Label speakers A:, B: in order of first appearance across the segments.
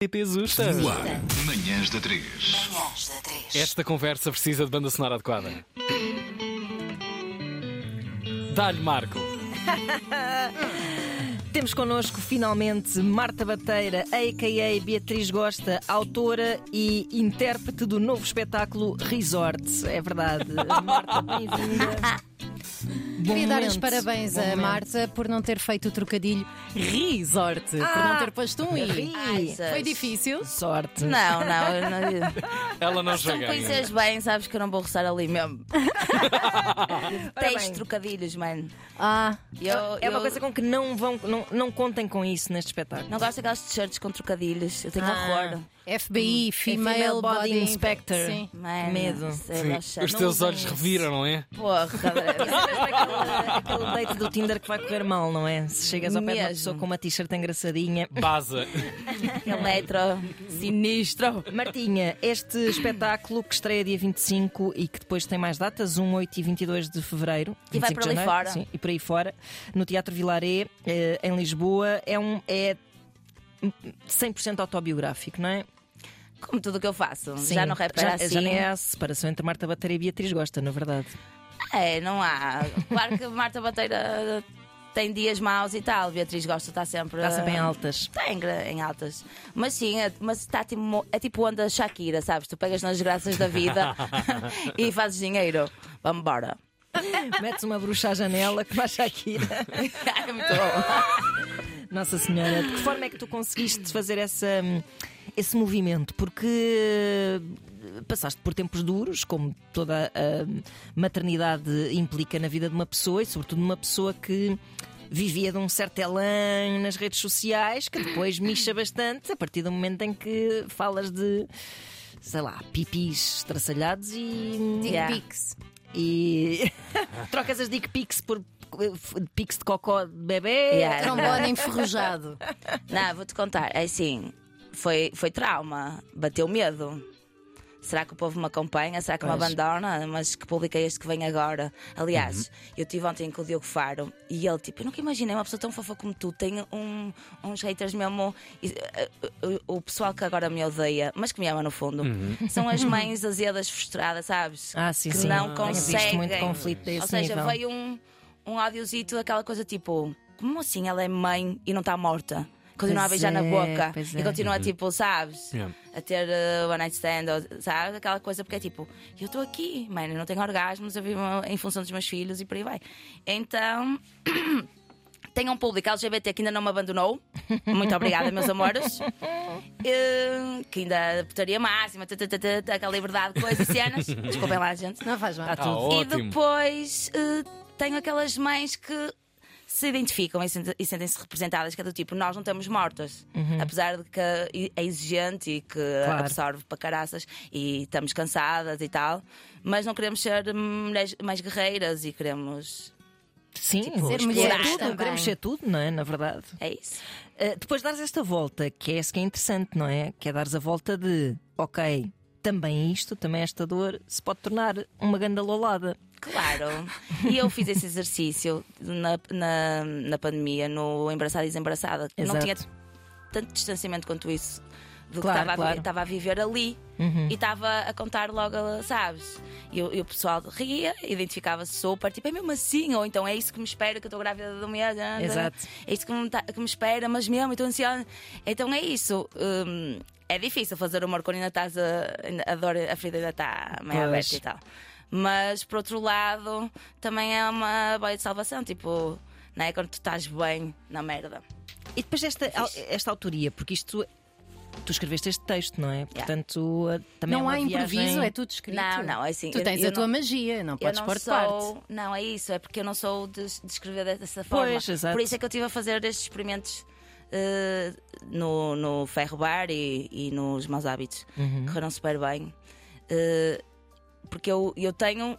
A: TT Zusta.
B: No ar, manhãs da 3.
C: Manhãs da 3.
A: Esta conversa precisa de banda sonora adequada. Dá-lhe, Marco.
D: Temos connosco finalmente Marta Bateira, a.k.a. Beatriz Gosta, autora e intérprete do novo espetáculo Resort. É verdade. Marta, bem-vinda. Bom
E: Queria dar os
D: momento,
E: parabéns
D: bom
E: a
D: momento.
E: Marta por não ter feito o trocadilho resort, por
D: Ah,
E: não ter posto um i.
D: ri.
E: Foi difícil.
D: Sorte.
C: Não, não, eu não.
A: Ela não
C: São
A: joga.
C: coisas bem, sabes que eu não vou roçar ali mesmo. Tens
D: bem.
C: trocadilhos, mano.
E: Ah,
C: Eu,
D: É uma
C: eu
D: coisa com que não, vão, não, não contem com isso neste espetáculo.
C: Não gosto daquelas t-shirts com trocadilhos. Eu tenho
E: Ah,
D: Ah.
C: horror. Hum,
E: FBI, female,
D: Female Body Inspector.
E: Sim.
C: Mano,
D: Medo.
C: sei lá,
A: Sim,
C: é chato.
A: Os
C: Não
A: teus
C: usem
A: olhos
C: isso.
A: reviram, não é?
C: Porra, André.
D: Mas para aquele, aquele date do Tinder que vai correr mal, não é? Se chegas ao pé de uma
C: Mesmo.
D: pessoa com uma t-shirt engraçadinha.
A: Baza.
C: eletro, sinistro.
D: Martinha, este espetáculo que estreia dia 25 e que depois tem mais datas, 1, 8 e 22 de fevereiro.
C: E
D: 25
C: vai
D: de
C: por ali
D: janeiro,
C: fora.
D: Sim, e por aí fora, no Teatro Vilaré, eh, em Lisboa. É um. É 100% autobiográfico, não é?
C: Como tudo o que eu faço. Já não repara
D: já,
C: assim.
D: Já nem é. há separação entre Marta Bateira e Beatriz Gosta, na verdade.
C: É, não há. Claro que Marta Bateira tem dias maus e tal. Beatriz Gosta está sempre.
D: Está sempre em
C: eh,
D: altas.
C: Está em, gra- em altas. Mas sim, é, mas está tipo, mo- é tipo onda Shakira, sabes? Tu pegas nas graças da vida e fazes dinheiro. Vamos embora.
D: Metes uma bruxa à janela que baixa aqui.
C: É muito bom.
D: Nossa Senhora, de que forma é que tu conseguiste fazer essa, hum, esse movimento? Porque eh, passaste por tempos duros, como toda a hum, maternidade implica na vida de uma pessoa e, sobretudo, de uma pessoa que vivia de um certo elan nas redes sociais, que depois mixa bastante a partir do momento em que falas de. Sei lá, pipis traçalhados e.
E: Dick
C: Yeah.
E: pics.
D: e trocas as dick pics por eh, f- pics de cocó de bebê.
C: Yeah.
E: Trombone um enferrujado.
C: Não, vou-te contar. É assim, foi, foi trauma. Bateu medo. Será que o povo me acompanha? Será que me
D: Pois.
C: abandona? Mas que público é este que vem agora? Aliás, eu estive ontem com o Diogo Faro e ele, tipo, eu nunca imaginei uma pessoa tão fofa como tu. Tem um, uns haters mesmo. e, eh, eh, o pessoal que agora me odeia, mas que me ama no fundo, são as mães azedas frustradas, sabes?
D: Ah, sim,
C: que
D: sim.
C: não
D: Tenho visto
C: conseguem.
D: muito conflito desse
C: Ou seja,
D: nível.
C: veio um, um audiozito daquela coisa tipo: como assim ela é mãe e não está morta? Continua a
D: Pois
C: beijar na
D: é,
C: boca
D: pois
C: e
D: é.
C: continua tipo, sabes?
A: Yeah.
C: A ter uh, one night stand, ou, sabes? Aquela coisa, porque é tipo, eu estou aqui, mano, eu não tenho orgasmos, eu vivo em função dos meus filhos e por aí vai. Então, tenho um público LGBT que ainda não me abandonou. Muito obrigada, meus amores. Eh, que ainda putaria máxima, tã, tã, tã, tã, tã, aquela liberdade, coisa, cenas. Desculpem lá, gente.
E: Não faz mal.
D: Tá
A: Ah,
D: tudo.
C: E
A: ótimo.
C: depois eh, tenho aquelas mães que se identificam e sente- e sentem-se representadas, que é do tipo, nós não estamos mortas. Apesar de que é exigente e que
D: Uhum. Claro.
C: absorve para caraças e estamos cansadas e tal, mas não queremos ser hum, mulheres mais guerreiras e queremos.
D: Sim,
E: ser
D: Tipo, explorar
E: mulheres
D: tudo,
E: também.
D: queremos ser tudo, não é? Na verdade.
C: É isso.
D: Uh, depois dares esta volta, que é essa que é interessante, não é? Que é dares a volta de, ok, também isto, também esta dor, se pode tornar uma gandalolada.
C: Claro. E eu fiz esse exercício na, na, na pandemia, no Embraçada e Desembraçada. que Não
D: Exato.
C: tinha tanto distanciamento quanto isso do
D: Claro,
C: que estava a,
D: claro. Uhum.
C: vi- estava a viver ali. E estava a contar logo, sabes? E, o- e o pessoal ria, identificava-se super, tipo, é mesmo assim, ou então é isso que me espera, que eu estou grávida do mês.
D: Exato.
C: É isso que me, tá- que me espera, mas mesmo, estou ansiosa. Então é isso. hum, é difícil fazer humor quando ainda estás a. ainda- A dor, a ferida ainda está meio
D: Pois.
C: aberta e tal. Mas por outro lado, também é uma boia de salvação, tipo, não é? Quando tu estás bem na merda.
D: E depois esta, esta autoria, porque isto. Tu escreveste este texto, não é? Portanto, uh, também é
E: Não
D: uma
E: há improviso,
D: viagem-
E: é tudo escrito.
C: Não, não, é assim,
E: Tu
C: eu-
E: tens
C: eu
E: a tua
C: não-
E: magia, não podes
C: eu não
E: pôr de
C: sou.
E: parte.
C: Não, é isso, é porque eu não sou de, de escrever dessa forma.
D: Pois, exato.
C: Por isso é que eu estive a fazer estes experimentos eh, no, no Ferro Bar e, e nos Maus Hábitos.
E: Uhum.
C: Correram super bem. Eh, porque eu, eu tenho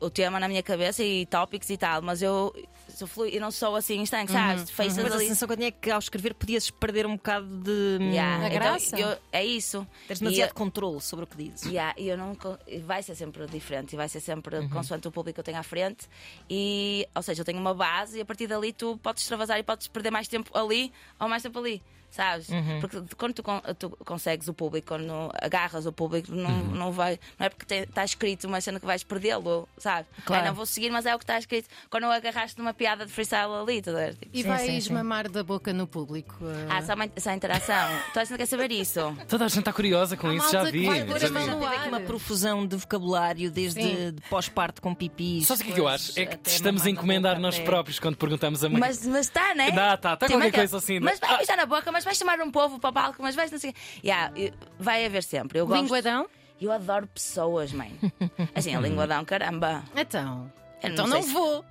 C: o tema na minha cabeça e tópicos e tal, mas eu, eu, flui, eu não sou assim instante,
E: Uhum,
C: sabes? Faces
D: Mas a
C: ali.
D: sensação que eu tinha é que ao escrever podias perder um bocado de.
C: Yeah,
E: A
C: então
E: graça.
C: eu- é isso.
D: Teres
C: E eu-
D: demasiado controle sobre o que dizes.
C: Yeah, e eu não con- e vai ser sempre diferente e vai ser sempre consoante o público que eu tenho à frente e ou seja eu tenho uma base e a partir dali tu podes extravasar e podes perder mais tempo ali ou mais tempo ali sabes? Porque quando tu, con- tu consegues o público, quando agarras o público, não, não vai. Não é porque está escrito uma cena que vais perdê-lo, sabes?
D: Claro.
C: Ai, não vou seguir, mas é o que está escrito. Quando agarraste numa piada de freestyle ali, estás a ver? Tipo,
E: E
D: Sim,
E: vais
D: sim, sim.
E: mamar da boca no público. eh.
C: ah, só, uma, só interação. Toda a gente quer saber isso.
A: Toda a gente está curiosa com
E: Há
A: isso, já
E: malta que
A: vi.
E: vai pôr a
A: já vi.
E: mão no
D: Teve
E: ar.
D: aqui uma profusão de vocabulário,
E: Sim.
D: desde de pós-parto com pipis.
A: Só o que é que eu acho? É que te estamos a encomendar nós próprios quando perguntamos a mãe.
C: Mas, mas está, né?
A: Dá, tá, tá
C: Tem
A: qualquer
C: uma-
A: coisa assim, né?
C: Mas vai beijar na boca, mas vais chamar um povo para o palco, mas vais não sei. Yeah, eu- vai haver sempre. Eu gosto.
E: Linguadão?
C: Eu adoro pessoas, mãe. Assim, a língua dá um caramba.
E: Então.
C: Eu não
E: então
C: sei
E: não
C: se-
E: vou.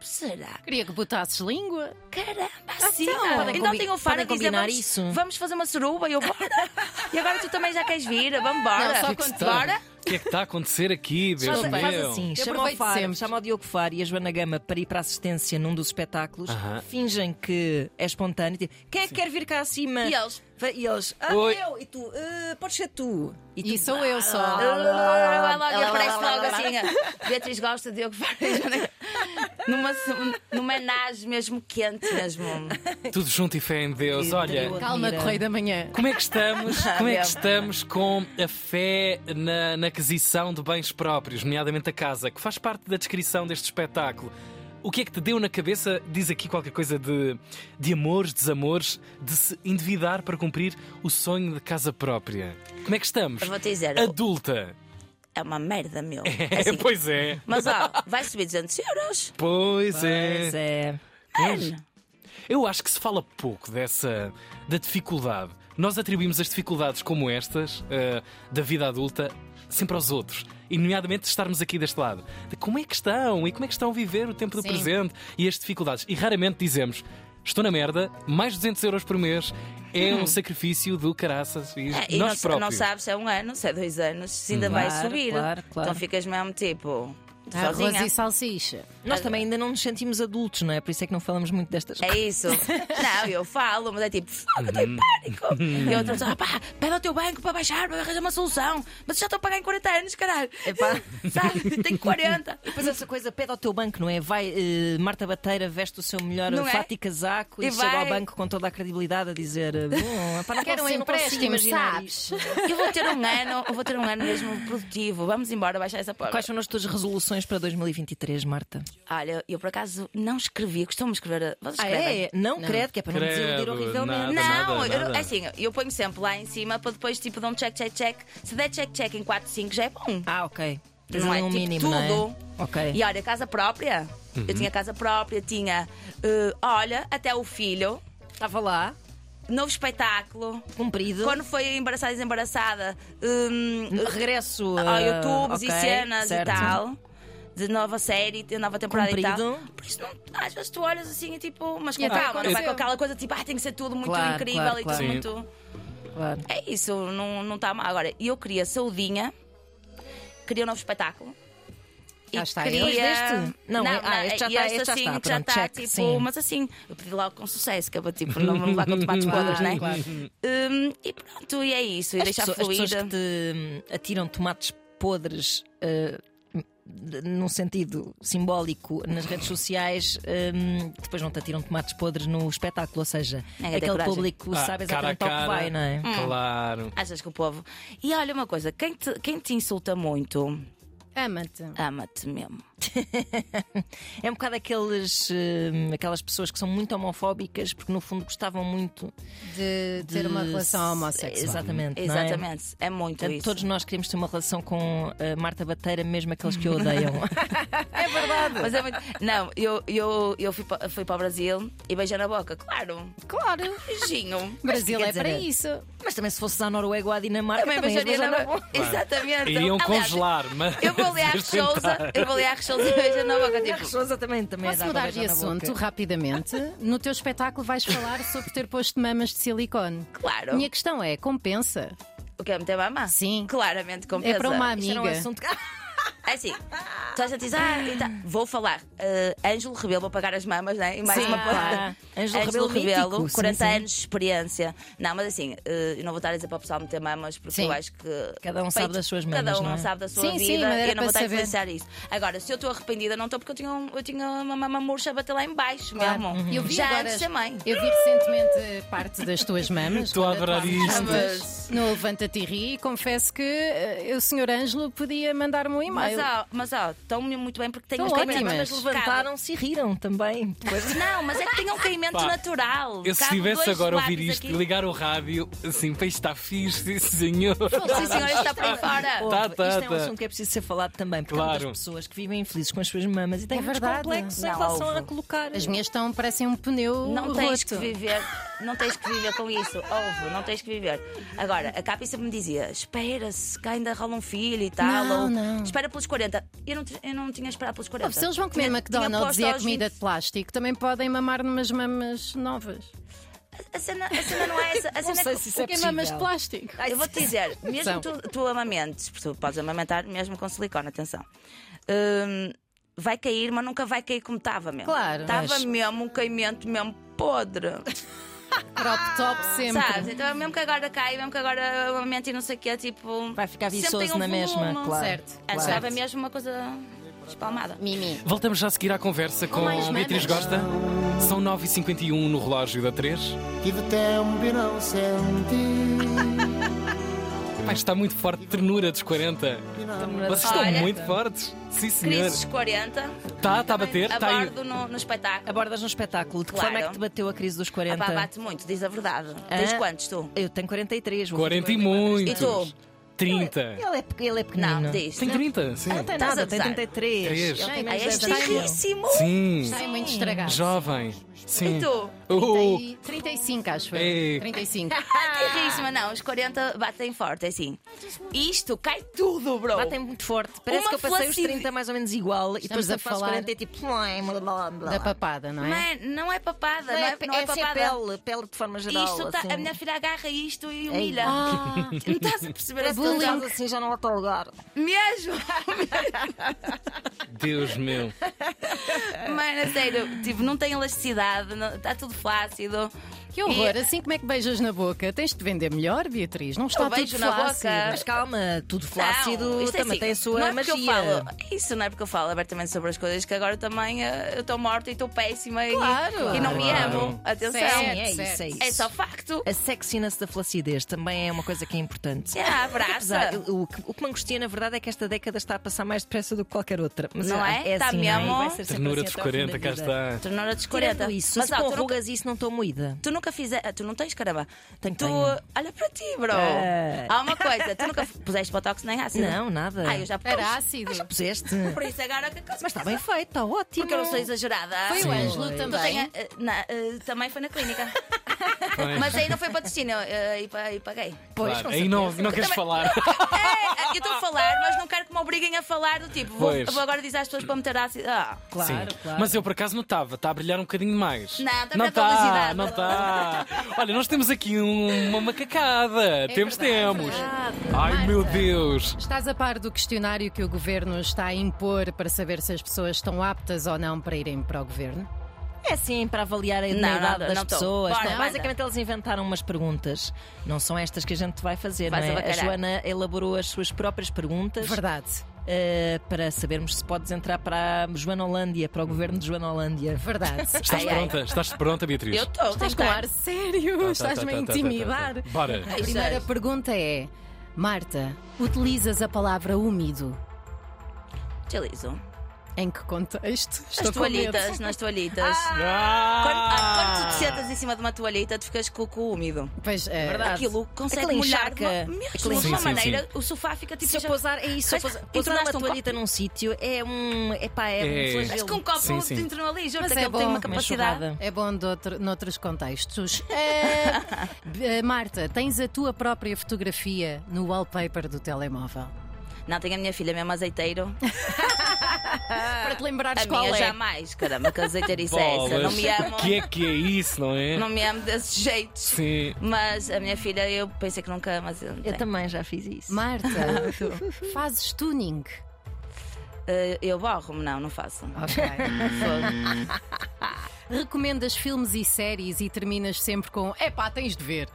C: Será?
E: Queria que botasses língua.
C: Caramba, assim.
D: então,
C: ah,
D: podem
C: então
D: combi-
C: tenho o Fara a
D: podem
C: dizer,
D: combinar
C: vamos,
D: isso?
C: vamos fazer uma suruba e eu bora. e agora tu também já queres vir, vamos embora.
E: Não,
A: O que
E: só
A: é que
E: quando-
A: está-
C: Bora?
A: O que é que está a acontecer aqui, Deus
E: bem.
A: meu?
D: Faz assim,
E: Eu
D: chama o,
E: aproveito
D: Faro,
E: sempre.
D: chama o Diogo Faro e a Joana Gama para ir para a assistência num dos espetáculos.
A: Aham.
D: Fingem que é espontâneo. Tipo, Quem é que quer vir cá acima?
C: E eles?
D: Fa- E eles, ah,
A: Oi.
D: eu, e tu, "Ah, podes ser tu.
E: E
D: tu,
E: sou eu só.
C: Ah, Vai logo e aparece logo assim. a Beatriz gosta de Diogo Faro. e Joana- Numa, numa homenagem mesmo quente mesmo.
A: Tudo junto e fé em Deus. Olha,
D: Deus.
E: Calma,
D: Mira.
E: correio da manhã.
A: como é que estamos? Como é que
C: mesmo.
A: estamos com a fé na, na aquisição de bens próprios, nomeadamente a casa, que faz parte da descrição deste espetáculo? O que é que te deu na cabeça? Diz aqui qualquer coisa de, de amores, desamores, de se endividar para cumprir o sonho de casa própria. Como é que estamos?
C: Eu vou te dizer,
A: Adulta.
C: é uma merda, meu.
A: É,
C: Assim,
A: pois é.
C: Mas ó, vai subir 200 euros.
A: Pois,
D: Pois é.
A: Pois. Eu acho que se fala pouco dessa da dificuldade. Nós atribuímos as dificuldades como estas eh, da vida adulta sempre aos outros. E nomeadamente de estarmos aqui deste lado. De como é que estão e como é que estão a viver o tempo do
E: Sim.
A: presente e as dificuldades. E raramente dizemos estou na merda, mais 200 euros por mês é
D: Hum.
A: um sacrifício do caraças e
C: É, e
A: nós
C: não, não
A: próprios.
C: sabes se é um ano, se é dois anos, se ainda vai
D: Claro,
C: subir.
D: claro, claro. Tá
C: Então ficas mesmo tipo.
E: Arroz
C: Sozinha.
E: e salsicha.
D: Nós também ainda não nos sentimos adultos, não é? Por isso é que não falamos muito destas
C: É isso. Não, eu falo, mas é tipo, fogo, estou
A: Uhum.
C: em pânico. E outra pessoa, pá, pede ao teu banco para baixar, para arranjar uma solução. Mas eu já estou a pagar em 40 anos, caralho.
D: Epá.
C: Sabe? Tenho 40.
D: Depois essa coisa pede ao teu banco, não é? Vai, eh, Marta Bateira veste o seu melhor
C: Não é?
D: fato e casaco e,
C: E
D: chega ao
C: vai.
D: banco com toda a credibilidade a dizer eh, Bom, epá, não
E: Quero um
D: consigo- não consigo
E: empréstimo,
D: imaginar
E: sabes?
D: isto."
C: Eu vou ter um ano, eu vou ter um ano mesmo produtivo. Vamos embora baixar essa porra.
D: Quais são as tuas resoluções para 2023, Marta?
C: Olha, eu por acaso não escrevi, costumo escrever. Vocês escrevem?
D: é? Não, credo, que é para não
A: Credo,
D: desiludir horrivelmente.
A: nada.
C: Não, eu-
A: nada.
C: é assim, eu ponho sempre lá em cima para depois tipo dar um check, check, check. Se der check, check em 4, 5 já é bom.
D: Ah, ok. Tens
C: Não
D: ali
C: é?
D: um
C: Tipo,
D: mínimo, não
C: tudo.
D: é? Ok. Uhum.
C: E olha, casa própria. Eu tinha casa própria, tinha. eh, olha, até o filho,
D: Estava lá,
C: novo espetáculo.
D: cumprido.
C: Quando foi embaraçada e desembaraçada, hum,
D: Regresso
C: ao
D: eh,
C: Ah, YouTube e
D: ok,
C: cenas
D: certo.
C: e tal. De nova série, de nova temporada e tal.
D: Cumprido.
C: Por isso, não, às vezes tu olhas assim e tipo, mas
E: E
C: com
E: até
C: calma, não vai com
E: aconteceu.
C: aquela coisa tipo, ah, tem que ser tudo muito
D: então, Claro,
C: incrível
D: claro,
C: e tudo
D: claro.
A: Sim.
C: muito.
D: Claro.
C: É isso, não, não está mal. Agora, eu queria saudinha, queria um novo espetáculo.
E: Cá está,
D: depois deste? Não, ah, este já está,
C: e este
D: este já
C: assim,
D: está,
C: já
D: pronto,
C: está,
D: check,
C: tipo,
D: sim.
C: mas assim, eu pedi logo com sucesso, que é para tipo, não me levar com tomates podres, né?
E: claro.
C: Hum, e pronto, e é isso, e
D: As,
C: deixar
D: pessoas, as
C: fluir.
D: pessoas que te hum, atiram tomates podres eh, de- num sentido simbólico nas redes sociais, hum, depois não te atiram tomates podres no espetáculo. Ou seja,
C: Não é que tem
D: aquele
C: coragem.
D: público
A: Ah,
D: sabe
A: cara a
D: exatamente ao que
A: cara.
D: vai, não é?
A: Claro.
C: Achas que o povo. E olha uma coisa, quem te, quem te insulta muito,
E: Ama-te.
C: ama-te mesmo.
D: É um bocado aqueles, hum, aquelas pessoas que são muito homofóbicas porque, no fundo, gostavam muito
E: De ter uma
D: de
E: relação
D: se-
E: homossexual.
D: Exatamente. não é?
C: Exatamente, é muito
D: Portanto,
C: isso.
D: todos nós queremos ter uma relação com a Marta Bateira, mesmo aqueles que a odeiam. é verdade.
C: Mas é muito. Não, eu, eu, eu fui, pa- fui para o Brasil e beijei na boca, claro.
E: Claro.
C: Beijinho.
E: Brasil
D: quer
E: é para
D: dizer-
E: isso.
D: Mas também se fosses à Noruega ou à Dinamarca,
C: Também
D: também,
C: beijaria
D: as
C: na
D: beijaram-
C: boca. Exatamente.
A: Iriam
D: Então,
C: Aliás,
A: congelar, mas.
C: Eu vou ali à
A: mas tentar.
C: Souza, eu vou ali à Souza e beijo na boca.
D: As
C: Tipo,
D: pessoas também, também é
E: Posso
D: dá para
E: mudar de
D: beijar na boca.
E: assunto rapidamente? No teu espetáculo vais falar sobre ter posto mamas de silicone.
C: claro.
E: Minha questão é, compensa?
C: O que é meter mamá?
E: Sim.
C: Claramente compensa.
E: É para uma
D: Isto era um
E: amiga.
D: assunto que-
C: É assim, só a gente diz, ah, e tá. vou falar. Ah, Ângelo Rebelo, vou pagar as mamas, né? E mais
D: Sim,
C: uma coisa.
D: claro. Ângelo Rebelo, mítico. Sim,
C: 40
D: sim.
C: anos de experiência. Não, mas assim, ah, eu não vou estar a dizer para o pessoal meter mamas, porque
E: Sim.
C: eu acho que.
D: Cada um sabe das suas mamas,
C: Cada um
D: não é?
C: sabe da sua
E: Sim,
C: vida
E: sim, mas era
C: e eu não vou
E: para
C: estar a
E: saber.
C: influenciar isso. Agora, se eu estou arrependida, não estou, porque eu tinha, um- eu tinha uma mama murcha a bater lá em baixo,
E: Claro.
C: meu amor.
E: Uhum. Eu vi
C: Já é
E: agora,
C: antes também.
E: Eu vi recentemente eh, parte das tuas mamas.
A: Estou a
E: quando
A: adorar
E: atuámos
A: isto.
E: juntas No Levanta-te e ri. e Confesso que eh, o Sr. Ângelo podia mandar-me um
C: Mas
E: e-mail.
C: ó, mas ó, estão-me muito bem porque tenho
E: Estão
C: os
E: ótimas.
C: cabelos
D: Mas
E: Mas
D: levantaram-se e riram também. Depois
C: Não, mas é que tem um caimento
A: Pá,
C: natural.
A: Eu se
C: Cabe
A: tivesse
C: dois
A: agora a ouvir
C: lápis
A: isto,
C: aqui.
A: ligar o rádio, assim, para isto está fixe, sim, senhor.
C: Sim, senhora, está por aí fora.
A: Tá,
D: Isto é um
A: tá, tá.
D: assunto que é preciso ser falado também, porque há
A: Claro.
D: muitas pessoas que vivem infelizes com as suas mamas e têm
E: É
D: muitos
E: verdade.
D: complexos em
C: Não,
D: relação
C: houve.
D: a colocar.
E: As minhas estão, parecem um pneu
C: Não
E: no
C: tens que
E: rosto.
C: viver, não tens que viver com isso. Ouve, não tens que viver. Agora, a Capi sempre me dizia: espera-se, que ainda rola um filho e tal.
E: Não,
C: ou,
E: não.
C: Espera pelos 40. Eu não, te- eu não tinha esperado pelos 40.
E: Se eles vão comer
C: Tinha- tinha
E: McDonald's
C: posto
E: e é
C: aos
E: comida
C: 20.
E: de plástico, também podem mamar numas mamas novas.
C: A cena, a cena não é essa. A cena é
D: sei
C: que-
D: se isso é
E: Porque é mamas de
D: possível.
E: plástico.
C: Eu vou-te dizer, mesmo
E: São.
C: tu, tu amamentes, porque tu podes amamentar mesmo com silicone, atenção. Hum, vai cair, mas nunca vai cair como estava mesmo.
E: Claro,
C: Estava
E: mas-
C: mesmo um caimento mesmo podre.
E: Crop top
D: É
E: sempre.
C: Sabes? Então mesmo que agora caia, mesmo que agora amamente e não sei o quê, tipo.
D: Vai ficar
C: sempre tem
D: viçoso
C: um
D: na mesma,
C: volume.
D: claro.
E: Certo.
D: Claro.
C: Antes estava mesmo uma coisa espalmada.
E: Mimi.
A: Voltamos já a seguir à conversa com
E: mais
A: Beatriz
E: mamas.
A: Gosta. São 9h51 no relógio da 3.
F: Tive tempo e não senti.
A: Pai, está muito forte, ternura dos 40.
F: e não-
A: Vocês estão
C: Olha.
A: muito fortes. Sim, senhor.
C: Crises 40,
A: Tá, tá a bater,
C: a
A: tá aí.
C: bordo no, no espetáculo.
D: Abordas no espetáculo. De que
C: Claro.
D: forma é que te bateu a crise dos
C: Ah,
D: 40?
C: pá, bate muito, diz a verdade.
D: Ah.
C: Tens quantos tu?
D: Eu tenho 43. vou
A: 40 e
D: fazer 43.
A: muitos.
C: E tu?
A: 30.
D: Ele é, pe- ele é pequenino.
C: Não, diz. é
A: Tem 30, sim.
D: Não tem
C: Estás a
D: nada, tem
C: gozar.
D: 33.
A: Três.
D: Ele tem
E: Gente,
C: Ai,
D: menos
C: és
D: dez anos que eu.
C: terríssimo!
A: Sim.
E: Saem muito estragados.
A: Hum, Jovem. Sim.
C: E tu?
A: Uh,
E: E 35, acho
A: Ei.
E: eu. 35.
C: Terríssima, não, os 40 batem forte, é assim. Isto cai tudo, bro.
D: Batem muito forte. Parece
C: Uma
D: que eu passei os
C: flacidez.
D: 30 mais ou menos igual e depois
E: Estamos a
D: quando faço
E: falar
D: 40 é tipo. blá, blá, blá.
E: Da papada, não é?
C: Man, não é papada, não é, não é,
D: é assim a
C: papada.
D: pele, pele de forma geral.
C: isto tá-
D: assim. É
C: A minha filha agarra isto e humilha.
E: Ah,
C: Não estás a perceber
D: Parece
C: essa
D: que ele
C: coisa?
D: faz assim já não está lugar.
C: Mesmo!
A: Deus meu.
C: Mano, a sério, tipo, não tem elasticidade, está tudo flácido.
E: que horror.
C: E-
E: Assim como é que beijas na boca? Tens de vender melhor, Beatriz? Não está
C: Eu
E: tudo
D: Tipo
C: beijo na
E: flácido.
C: boca.
D: Mas calma, tudo flácido
C: Não, isto é
D: também
C: assim,
D: tem a sua
C: não é porque
D: magia.
C: eu falo- isso não é porque eu falo abertamente sobre as coisas que agora também eh, eu estou morta e estou péssima e-
E: Claro.
C: e, não me
A: Claro.
C: amo. Atenção.
E: Certo,
D: Sim, é
E: certo.
D: isso, é isso.
C: É só facto.
D: A sexiness da flacidez também é uma coisa que é importante.
C: É, abraça.
D: Apesar, o, o que- o que me angustia, na verdade, é que esta década está a passar mais depressa do que qualquer outra. Mas
C: Não é?
D: É
C: Tá
D: assim,
C: mesmo?
D: não é? E vai ser sempre
A: Ternura
D: assim
A: dos
D: até ao fim
A: 40,
D: da
A: cá
D: vida.
A: está.
C: Tornou dos 40.
D: Tirando isso,
C: Mas
D: se
C: ó,
D: com
C: tu, nunca,
D: rugas isso não estou moída.
C: tu nunca fize- ah, Tu não tens caramba.
D: Tenho,
C: tu,
D: tenho.
C: Olha para ti, bro.
D: É.
C: Há uma coisa, tu nunca f- puseste botox nem ácido?
D: Não, nada.
C: Ah, eu já pus.
E: Era ácido.
D: Puseste.
C: Por isso agora que Mas
D: Mas está bem feito, está ótimo.
C: Porque eu não sou exagerada.
E: Foi o Ângelo
C: Tu tenha-
E: também.
C: eh, na- eh, também foi na clínica.
A: Pois.
C: Mas aí não foi patrocínio eh, e pa- e paguei.
D: Pois,
A: Claro,
D: com
A: Aí não, não queres falar.
C: É, eu estou a falar, mas não quero que me obriguem a falar do tipo, vou,
A: Pois.
C: vou agora dizer às pessoas para meter ácido. Ah,
D: Claro,
A: Sim.
D: claro.
A: Mas eu por acaso não estava, está a brilhar um bocadinho mais.
C: Não, tá
A: não
C: na publicidade.
A: não está. Olha, nós temos aqui um- uma macacada. temos,
E: verdade,
A: temos.
E: é verdade.
A: Ai
E: Marta.
A: meu Deus.
E: Estás a par do questionário que o governo está a impor para saber se as pessoas estão aptas ou não para irem para o governo?
D: É sim, para avaliar a
C: Não,
D: idade
C: não,
D: das
C: não tô.
D: pessoas.
C: Bora,
D: Não,
C: manda.
D: basicamente, eles inventaram umas perguntas. Não são estas que a gente vai fazer,
C: Vais
D: não é? A
C: abacalhar.
D: Joana elaborou as suas próprias perguntas
E: Verdade,
D: eh, para sabermos se podes entrar para a Joana Holândia, para o governo de Joana Holândia.
E: verdade.
A: Estás
C: Ai, ai.
A: pronta? Estás pronta, Beatriz?
C: eu estou,
E: Estás com ar
A: tá,
E: sério, estás-me a intimidar.
A: Bora.
E: A primeira pergunta é: Marta, utilizas a palavra úmido?
C: Utilizo.
E: Em que contexto?
C: As
E: Estou com medo.
C: toalhitas, nas toalhitas. Quando, ah, quando tu te sentas em cima de uma toalhita, tu ficas com o cu úmido.
E: Pois é.
D: Verdade.
C: Aquilo consegue
D: Aquela
C: molhar de uma,
D: encharca.
C: mesmo,
D: Aquela
C: de uma
A: encharca.
C: maneira, o sofá fica tipo.
D: Se eu
C: já-
D: pousar, é isso, se eu
C: Mas
D: pousar,
C: tu
D: pousar uma
C: tornaste um
D: toalhita num sítio é um. Epá, é,
A: É.
D: um flagelo.
C: Mas com um copo
A: Sim, sim.
C: te entrou ali, juro
E: Mas
C: que
E: é
C: ele tem
E: bom.
C: uma
E: Uma
C: capacidade.
D: enxurrada.
E: É bom doutro, noutros contextos. Eh, eh, Marta, tens a tua própria fotografia no wallpaper do telemóvel.
C: Não, tenho a minha filha mesmo azeiteiro.
E: Para te lembrares
C: A
E: qual
C: minha
E: é.
C: jamais, caramba, que azeiteirice é essa. Não
A: Bolas.
C: me amo,
A: O que é que é isso, não é?
C: não me amo desse jeito.
A: Sim.
C: Mas a minha filha, eu pensei que nunca, mas eu não
D: Eu
C: tenho.
D: também já fiz isso.
E: Marta, fazes tuning.
C: Eh, eu borro-me, não, não faço.
E: Ok.
C: Fogo.
E: Recomendas filmes e séries e terminas sempre com epá, tens de ver.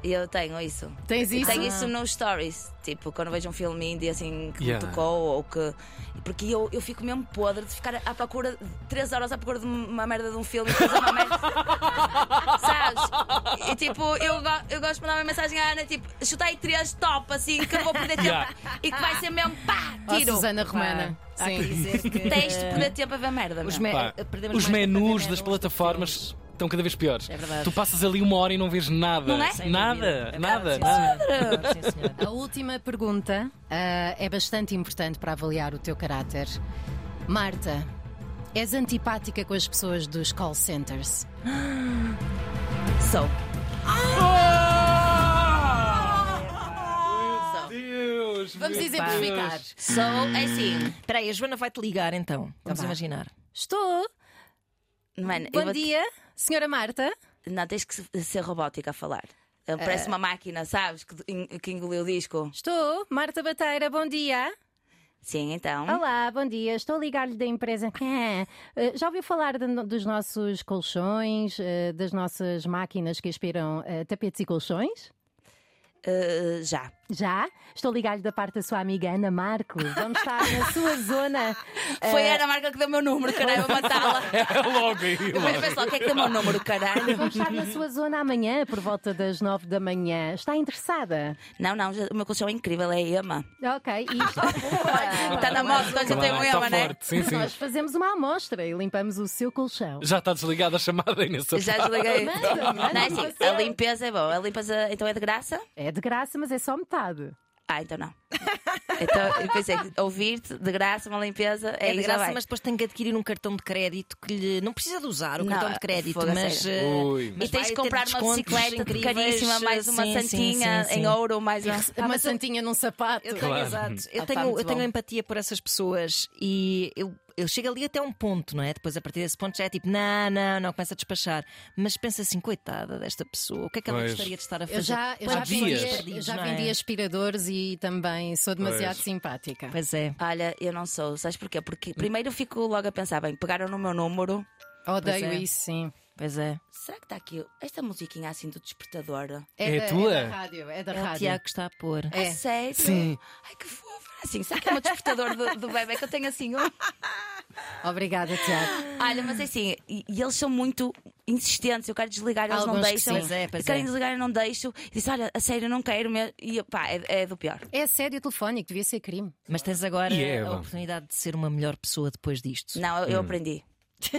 C: E eu tenho isso.
E: Tens
C: E
E: isso?
C: tenho isso nos stories, tipo, quando vejo um filme indie assim que
A: Yeah.
C: me tocou ou que. Porque eu, eu fico mesmo podre de ficar à procura, de- três horas à procura de uma merda de um filme e depois é uma merda. Sabes? E tipo, eu, go- eu gosto de mandar uma mensagem à Ana, tipo, chutei três top assim que eu vou perder tempo
A: Yeah.
C: e que vai ser mesmo pá,
E: Ó,
C: tiro.
E: Susana Romana.
D: Há que
E: Sim.
D: dizer que,
C: Tens de
D: eh,
C: perder tempo a ver merda.
D: os,
C: meu.
E: É,
D: me-
A: Pá,
D: eh, perdemos
A: os
D: mais tempo a ver
A: menus
D: menus
A: das
D: do que
A: plataformas
D: filmes.
A: estão cada vez piores.
D: É verdade.
A: tu passas ali uma hora e não vês nada.
C: Não é?
D: Sem
A: Nada,
D: dúvida. É
A: nada.
D: verdade, sim, senhora. É verdade, sim, senhora.
E: A última pergunta ah, é bastante importante para avaliar o teu caráter. Marta, és antipática com as pessoas dos call centers?
C: Sou.
A: Deus,
E: Vamos exemplificar.
C: Sou é assim.
D: Espera aí, a Joana vai-te ligar então. Vamos
E: vá.
D: imaginar.
E: Estou.
C: Mano, eu
E: Bom
C: vou-te-
E: dia, senhora Marta.
C: Não, tens que se- ser robótica a falar. Eh, Parece uma máquina, sabes? Que, en- que engoliu o disco.
E: Estou. Marta Bateira, bom dia.
C: Sim, então.
E: Olá, bom dia. Estou a ligar-lhe da empresa. Ah, eh, Já ouviu falar de no- dos nossos colchões, eh, das nossas máquinas que aspiram eh, tapetes e colchões?
C: Eh, já.
E: Já? Estou a ligar-lhe da parte da sua amiga Ana Marco. Vamos estar na sua zona. eh,
C: Foi a Ana Marca que deu o meu número, caralho, vou matá-la.
A: É logo aí.
C: Eu vou pensar, o que é que deu o meu número, caralho?
E: Vamos estar na sua zona amanhã, por volta das nove da manhã. Está interessada?
C: Não, não, já- o meu colchão é incrível, é Ema.
E: Ok, e está
C: Está tá na moda, nós
A: Claro,
C: já temos
A: está
C: Ema, né?
A: tá forte. Sim,
E: Nós
A: sim.
E: fazemos uma amostra e limpamos o seu colchão.
A: Já está desligada a chamada aí nessa
C: Já desliguei. Não,
E: Manda, manda
C: é assim, a limpeza é boa. A limpeza então é de graça?
E: É de graça, mas é só metade.
C: Ah, então não. Então, eu pensei, que ouvir-te, de graça, uma limpeza, é,
D: É de
C: isso, já
D: graça,
C: vai.
D: mas depois tem que adquirir um cartão de crédito que lhe. Não precisa de usar o
C: Não,
D: cartão de crédito,
C: fogo, a
D: mas.
C: sério.
D: eh,
A: Ui.
D: mas
C: E tens
D: vai
C: de
D: ter
C: comprar uma
D: descontos
C: bicicleta de
D: incríveis,
C: caríssima, mais
D: eh,
C: uma
D: sim, sim,
C: santinha
D: sim, sim.
C: em ouro, mais uma.
E: Uma santinha num sapato.
D: Eu tenho,
A: Claro.
D: exato. Eu
C: Ah, pá,
D: tenho,
C: muito
D: eu tenho
C: bom.
D: empatia por essas pessoas e eu, eu chego ali até um ponto, não é? Depois, a partir desse ponto, já é tipo, não, não, não, começa a despachar. Mas pensa assim, coitada desta pessoa, o que é que ela
A: Pois.
D: gostaria de estar a fazer?
E: Eu já, eu já
D: Quantos
A: vi
E: vendi,
A: dias?
D: dias
E: eu
D: perdidos,
E: já
D: não é?
E: vendi aspiradores e também sou demasiado
A: Pois.
E: simpática.
D: Pois é.
C: Olha, eu não sou, sabes porquê? Porque primeiro eu fico logo a pensar, bem, pegaram no meu número.
E: Odeio
D: Pois é.
E: isso, sim.
D: Pois é.
C: Será que está aqui esta musiquinha assim do despertador?
A: É
E: da-
A: tua?
E: É da rádio, é da
D: É o
E: rádio.
D: Tiago que está a pôr.
E: É.
C: A sério?
A: Sim.
C: Ai, que fofo. Assim, será que é o meu despertador do, do bebê que eu tenho assim? um?
E: Obrigada, Tiago.
C: Olha, mas é assim, e, e eles são muito insistentes. Eu quero desligar, eles não
E: Alguns que
C: deixam.
E: sim.
D: Pois é, pois
C: Querem
D: é.
C: desligar, eu não deixo. E disse, olha, a sério, eu não quero mesmo. E pá, é, é do pior.
E: É assédio telefónico, devia ser crime.
D: Mas tens agora
A: E é,
D: a
A: vá.
D: oportunidade de ser uma melhor pessoa depois disto.
C: Não, eu, eu aprendi.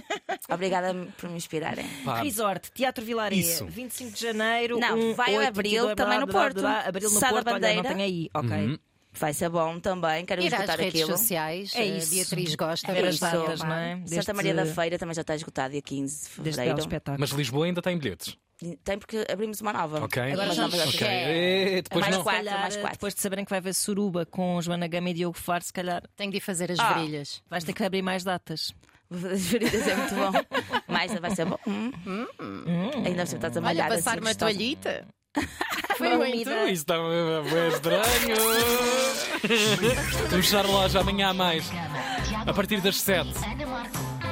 C: Obrigada por me inspirarem.
A: Pá,
D: Resort, Teatro Vilaria,
A: Isso.
D: 25 de janeiro.
C: Não,
D: um,
C: vai ao
D: 8 de
C: Abril,
D: outubro,
C: também no
D: blá, blá,
C: Porto.
D: blá, Abril no
C: Sá da
D: Porto, olha, não
C: Bandeira.
D: tenho aí. Ok.
A: Uhum.
C: Vai ser bom também, quero
E: Ir às
C: escutar
E: redes
C: aquilo.
E: sociais,
D: É
E: eh,
D: isso.
E: Beatriz gosta
D: É
E: das
D: isso.
E: datas,
D: não é? Deste-
C: Santa Maria da Feira também já está esgotado dia 15 de
D: Deste belo
C: fevereiro.
D: espetáculo.
A: Mas Lisboa ainda tem bilhetes.
C: Tem porque abrimos uma nova.
A: Ok.
C: Agora
D: Agora
C: já
D: já
C: novas
D: nos
A: Ok.
C: opções.
D: chega.
A: Eh, Depois
C: é Mais
A: não.
C: quatro,
D: Se calhar,
C: mais quatro.
D: Depois de saberem que vai haver Suruba com Joana Gama e Diogo Faro, se calhar
E: Tenho de ir fazer as
C: Ah.
E: brilhas.
D: vais ter que abrir mais datas.
C: As veritas é muito bom. Mas vai ser bom. Hum. Ainda tá você está
E: Olha,
C: trabalhada.
E: passar uma toalhita. Foi muito.
A: Então Isso está é estranho. Vamos fechar loja amanhã a mais. A partir das 7.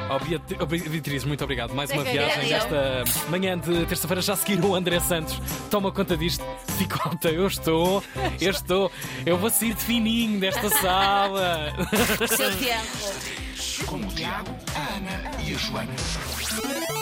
A: Oh, Beatri- oh, Beatriz, muito obrigado. Mais uma viagem esta manhã de terça-feira. Já a seguir o André Santos. Toma conta disto. Se conta, eu estou. Eu estou. Eu vou sair de fininho desta sala.
C: Seu tempo.
B: Com o Tiago, a Ana e a Joana.